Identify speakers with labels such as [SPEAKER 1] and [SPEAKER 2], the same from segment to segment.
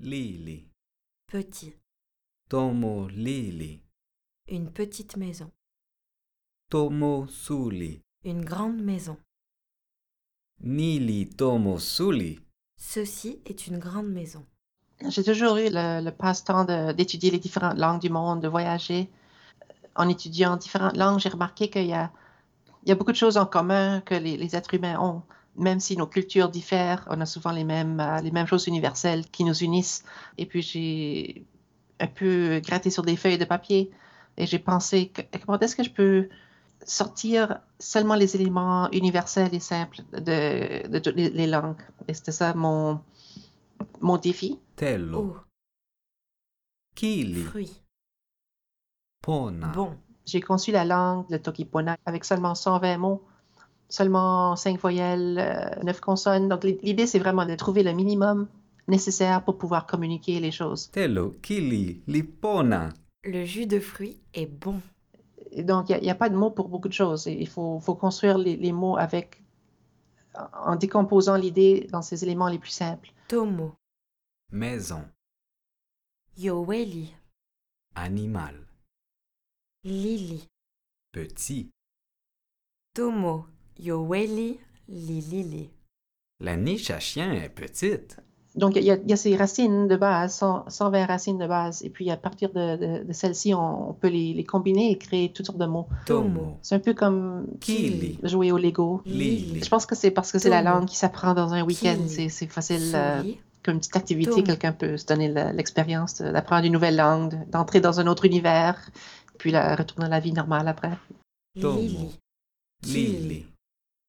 [SPEAKER 1] Lili.
[SPEAKER 2] Petit.
[SPEAKER 1] Tomo Lili.
[SPEAKER 2] Une petite maison.
[SPEAKER 1] Tomo Suli.
[SPEAKER 2] Une grande maison.
[SPEAKER 1] Nili Tomo Suli.
[SPEAKER 2] Ceci est une grande maison.
[SPEAKER 3] J'ai toujours eu le, le passe-temps de- d'étudier les différentes langues du monde, de voyager. Euh, En étudiant différentes langues, j'ai remarqué qu'il y a, il y a beaucoup de choses en commun que les, les êtres humains ont. Même si nos cultures diffèrent, on a souvent les mêmes, euh, les mêmes choses universelles qui nous unissent. Et puis j'ai un peu gratté sur des feuilles de papier et j'ai pensé que- comment est-ce que je peux sortir seulement les éléments universels et simples de, de toutes les, les langues. Et c'était ça mon, mon défi.
[SPEAKER 1] Tello.
[SPEAKER 2] Eau.
[SPEAKER 1] Kili.
[SPEAKER 2] Fruits.
[SPEAKER 1] Pona.
[SPEAKER 2] Bon.
[SPEAKER 3] J'ai conçu la langue, le Tokipona, avec seulement 120 mots, seulement 5 voyelles, 9 consonnes. Donc l'i- l'idée, c'est vraiment de trouver le minimum nécessaire pour pouvoir communiquer les choses.
[SPEAKER 1] Tello. Kili. Lipona.
[SPEAKER 2] Le jus de fruits est bon.
[SPEAKER 3] Et donc, il n'y a, pas de mots pour beaucoup de choses. Et Il faut, faut construire les, les mots avec, en décomposant l'idée dans ses éléments les plus simples.
[SPEAKER 2] Tomo.
[SPEAKER 1] Maison.
[SPEAKER 2] Yoweli.
[SPEAKER 1] Animal.
[SPEAKER 2] Lili.
[SPEAKER 1] Petit.
[SPEAKER 2] Tomo. Yoweli. Lilili.
[SPEAKER 1] La niche à chien est petite.
[SPEAKER 3] Donc, il y, a- il y a ces racines de base, 100 120 racines de base. Et puis, à partir de, de- de celles-ci, on, on peut les, les combiner et créer toutes sortes de mots.
[SPEAKER 1] Tomo.
[SPEAKER 3] C'est un peu comme
[SPEAKER 1] Kili.
[SPEAKER 3] jouer au Lego.
[SPEAKER 1] Lili.
[SPEAKER 3] Je pense que c'est parce que c'est la
[SPEAKER 2] Tomo.
[SPEAKER 3] langue qui s'apprend dans un week-end.
[SPEAKER 2] Kili.
[SPEAKER 3] C'est c'est facile, euh,
[SPEAKER 2] Suli.
[SPEAKER 3] comme une petite activité,
[SPEAKER 2] Tomo.
[SPEAKER 3] quelqu'un peut se donner la- l'expérience de- d'apprendre une nouvelle langue, de- d'entrer dans un autre univers, puis la, retourner à la vie normale après.
[SPEAKER 1] Tomo.
[SPEAKER 2] Lili.
[SPEAKER 1] Lili.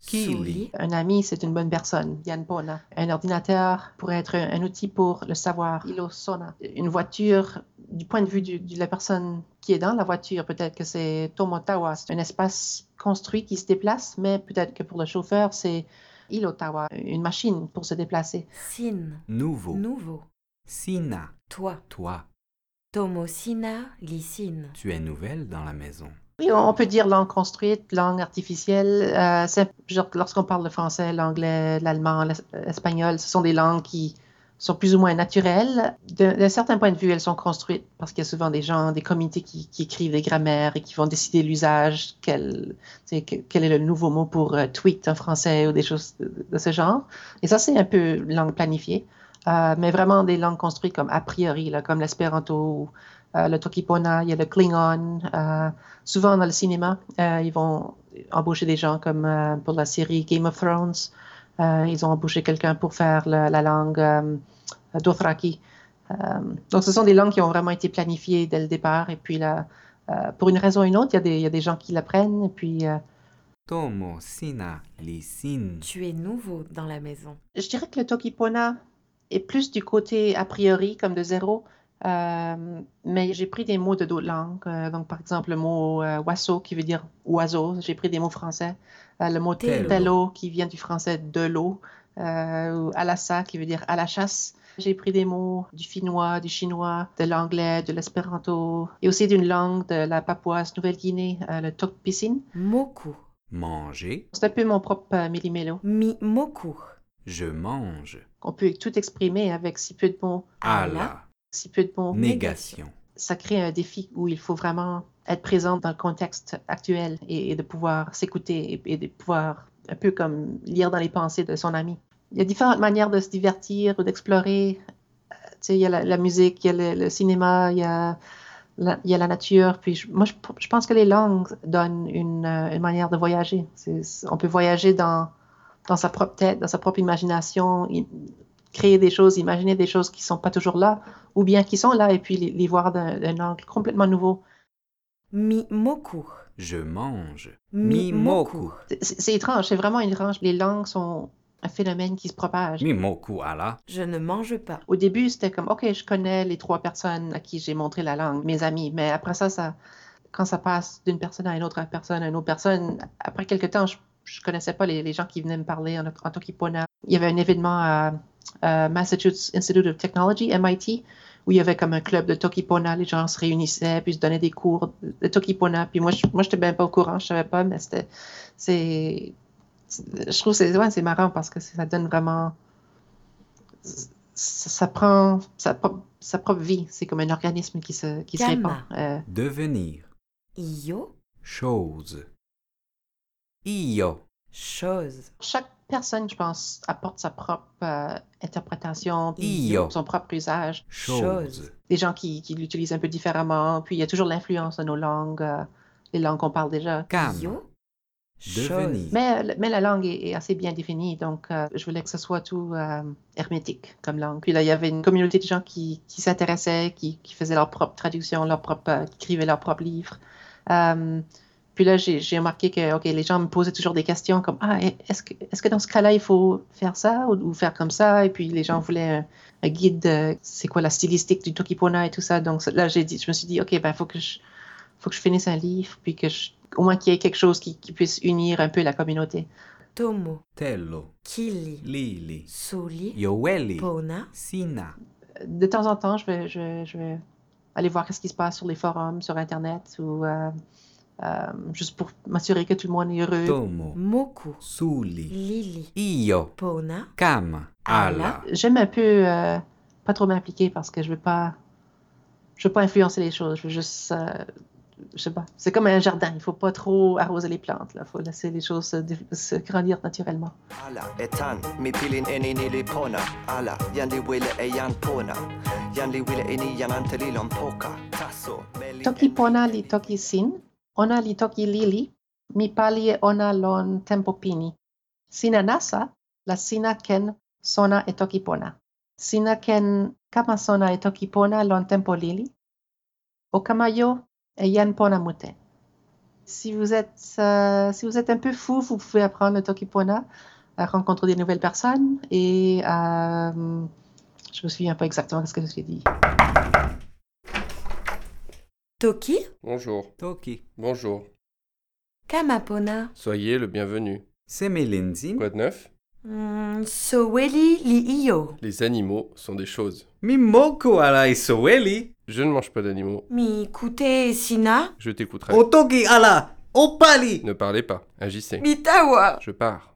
[SPEAKER 1] Kili.
[SPEAKER 2] Suli.
[SPEAKER 3] Un ami, c'est une bonne personne, Yann Pona. Un ordinateur pourrait être un, un outil pour le savoir, Ilo Sona. Une voiture, du point de vue du- de la personne qui est dans la voiture, peut-être que c'est Tomotawa, c'est un espace construit qui se déplace, mais peut-être que pour le chauffeur, c'est Ilotawa, une machine pour se déplacer.
[SPEAKER 2] Sin.
[SPEAKER 1] Nouveau.
[SPEAKER 2] Nouveau.
[SPEAKER 1] Sina.
[SPEAKER 2] Toi.
[SPEAKER 1] Toi.
[SPEAKER 2] Tomo sina Lissine.
[SPEAKER 1] Tu es nouvelle dans la maison.
[SPEAKER 3] Oui, on peut dire langue construite, langue artificielle. euh, c'est- genre, lorsqu'on parle le français, l'anglais, l'allemand, l'es- l'espagnol, ce sont des langues qui sont plus ou moins naturelles. De- D'un certain point de vue, elles sont construites parce qu'il y a souvent des gens, des comités qui, qui écrivent des grammaires et qui vont décider l'usage, quel, tu sais, que- quel est le nouveau mot pour euh, tweet en français ou des choses de, de ce genre. Et ça, c'est un peu langue planifiée. Euh, mais vraiment des langues construites comme a priori, là, comme l'espéranto, euh, le tokipona, il y a le klingon. euh, souvent dans le cinéma, euh, ils vont embaucher des gens comme euh, pour la série Game of Thrones. euh, ils ont embauché quelqu'un pour faire la, la langue euh, Dothraki. Euh, donc, ce sont des langues qui ont vraiment été planifiées dès le départ. Et puis, là, euh, pour une raison ou une autre, il y, a des- il y a des gens qui l'apprennent. Et puis, euh,
[SPEAKER 1] Tomo. Sina. Lisin.
[SPEAKER 2] Tu es nouveau dans la maison.
[SPEAKER 3] Je dirais que le Tokipona est plus du côté a priori, comme de zéro, euh, mais j'ai pris des mots de d'autres langues. euh, donc, par exemple, le mot euh, wasso qui veut dire oiseau, j'ai pris des mots français. Euh, le mot
[SPEAKER 2] Telo.
[SPEAKER 3] telo qui vient du français de l'eau, euh, ou alasa qui veut dire à la chasse. J'ai pris des mots du finnois, du chinois, de l'anglais, de l'espéranto, et aussi d'une langue de la Papouasie-Nouvelle-Guinée, euh, le Tokpisin.
[SPEAKER 2] Moku.
[SPEAKER 1] Manger.
[SPEAKER 3] C'est un peu mon propre euh, millimélo.
[SPEAKER 2] Mi moku.
[SPEAKER 1] Je mange.
[SPEAKER 3] On peut tout exprimer avec si peu de mots,
[SPEAKER 1] À
[SPEAKER 2] Ala.
[SPEAKER 1] la
[SPEAKER 3] si peu de mots.
[SPEAKER 1] négation.
[SPEAKER 3] ça crée un défi où il faut vraiment être présent dans le contexte actuel et, et de pouvoir s'écouter et, et de pouvoir un peu comme lire dans les pensées de son ami. Il y a différentes manières de se divertir ou d'explorer. Euh, tu sais, il y a la, la musique, il y a le, le cinéma, il y a la, il y a la nature. Puis je- moi, je, je pense que les langues donnent une, euh, une manière de voyager. C'est- c'est- on peut voyager dans, dans sa propre tête, dans sa propre imagination, i- créer des choses, imaginer des choses qui ne sont pas toujours là ou bien qui sont là et puis les, les voir d'un d'un angle complètement nouveau.
[SPEAKER 2] Mi moku.
[SPEAKER 1] Je mange.
[SPEAKER 2] Mi
[SPEAKER 1] Mimoku.
[SPEAKER 2] moku.
[SPEAKER 3] C'est- C'est c'est étrange, c'est vraiment une range. Les langues sont un phénomène qui se propage.
[SPEAKER 1] Mimoku ala.
[SPEAKER 2] Je ne mange pas.
[SPEAKER 3] Au début, c'était comme, OK, je connais les trois personnes à qui j'ai montré la langue, mes amis, mais après ça, ça quand ça passe d'une personne à une autre personne, à une autre personne, après quelques temps, je ne connaissais pas les, les gens qui venaient me parler en, en Tokipona. Il y avait un événement à, à Massachusetts Institute of Technology, MIT, où il y avait comme un club de Tokipona. Les gens se réunissaient, puis se donnaient des cours de de Tokipona. Puis moi, je moi, j'étais bien pas au courant, je savais pas, mais c'était... c'est- Je trouve que c'est ouais, c'est marrant parce que ça donne vraiment... ça, ça prend sa, pro- sa propre vie. C'est comme un organisme qui se, qui se répand.
[SPEAKER 2] Gamma.
[SPEAKER 3] Euh,
[SPEAKER 1] Devenir.
[SPEAKER 2] Io,
[SPEAKER 1] Chose. Io.
[SPEAKER 2] chose.
[SPEAKER 3] chaque personne, je pense, apporte sa propre euh, interprétation, puis
[SPEAKER 1] Io.
[SPEAKER 3] son propre usage.
[SPEAKER 1] Chose.
[SPEAKER 3] Des gens qui, qui l'utilisent un peu différemment. Puis il y a toujours l'influence de nos langues, euh, les langues qu'on parle déjà.
[SPEAKER 1] Cam.
[SPEAKER 2] Io,
[SPEAKER 1] Devenir.
[SPEAKER 2] chose.
[SPEAKER 3] Mais, euh, mais la langue est, est assez bien définie, donc euh, je voulais que ce soit tout euh, hermétique comme langue. Puis là, il y avait une communauté de gens qui, qui s'intéressaient, qui, qui faisaient leur propre traduction, leur propre, euh, qui écrivaient leurs propres livres. Euh, puis là, j'ai j'ai remarqué que ok, les gens me posaient toujours des questions comme Ah, est-ce que, est que dans ce cas-là, il faut faire ça ou, ou faire comme ça Et puis les gens voulaient un, un guide, de c'est quoi la stylistique du Tokipona et tout ça. Donc là, j'ai dit, je me suis dit, OK, ben, faut que je, faut que je finisse un livre, puis que je, au moins qu'il y ait quelque chose qui, qui puisse unir un peu la communauté.
[SPEAKER 2] Tomo,
[SPEAKER 1] Tello.
[SPEAKER 2] Kili,
[SPEAKER 1] Lili.
[SPEAKER 2] Suli,
[SPEAKER 1] Yoeli.
[SPEAKER 2] Pona,
[SPEAKER 1] Sina.
[SPEAKER 2] Mm.
[SPEAKER 3] De temps en temps, je vais, je, vais- je vais aller voir ce qui se passe sur les forums, sur Internet, ou euh, euh, juste pour m'assurer que tout le monde est heureux.
[SPEAKER 2] Mm.
[SPEAKER 1] Tomo.
[SPEAKER 2] Moku,
[SPEAKER 1] Suli.
[SPEAKER 2] Lili,
[SPEAKER 1] Io.
[SPEAKER 2] Pona,
[SPEAKER 1] Cam.
[SPEAKER 2] Alla.
[SPEAKER 1] Ala.
[SPEAKER 3] J'aime un peu euh, pas trop m'impliquer parce que je veux pas, je veux pas influencer les choses. Je veux juste, euh, je sais pas. C'est comme un jardin. Il faut pas trop arroser les plantes. Il faut laisser les choses se, dé- se grandir naturellement.
[SPEAKER 4] Ala e tan, mi pilin eni nili pona. Ala, yan li wile e yan pona. Yan li wile eni yan antelilon poka. Tasso, meli
[SPEAKER 3] Toki
[SPEAKER 4] eni
[SPEAKER 3] pona
[SPEAKER 4] eni
[SPEAKER 3] li toki sin, ona li toki lili, mi pali e ona lon tempo pini. Sina nasa, la sina ken sona e toki pona. Sina ken kama sona e toki pona lon tempo lili. O kama yo e yen pona mute. Si vous êtes, euh, si vous êtes un peu fou, vous pouvez apprendre le toki pona, euh, rencontrer des nouvelles personnes et euh, je me souviens pas exactement ce que j'ai dit.
[SPEAKER 2] Toki,
[SPEAKER 5] Bonjour,
[SPEAKER 1] Toki.
[SPEAKER 5] bonjour.
[SPEAKER 2] Kamapona,
[SPEAKER 5] Soyez le bienvenu.
[SPEAKER 1] Semelensin.
[SPEAKER 5] Quoi de neuf
[SPEAKER 2] mm, Soeli, Li Io,
[SPEAKER 5] Les animaux sont des choses.
[SPEAKER 1] Mimoku ala et Soeli.
[SPEAKER 5] Je ne mange pas d'animaux.
[SPEAKER 2] Mi Kute, Sina,
[SPEAKER 1] Oh.
[SPEAKER 5] Je t'écouterai.
[SPEAKER 1] Otoki ala. Opali.
[SPEAKER 5] Ne parlez pas. Agissez.
[SPEAKER 2] Mitawa.
[SPEAKER 5] Je pars.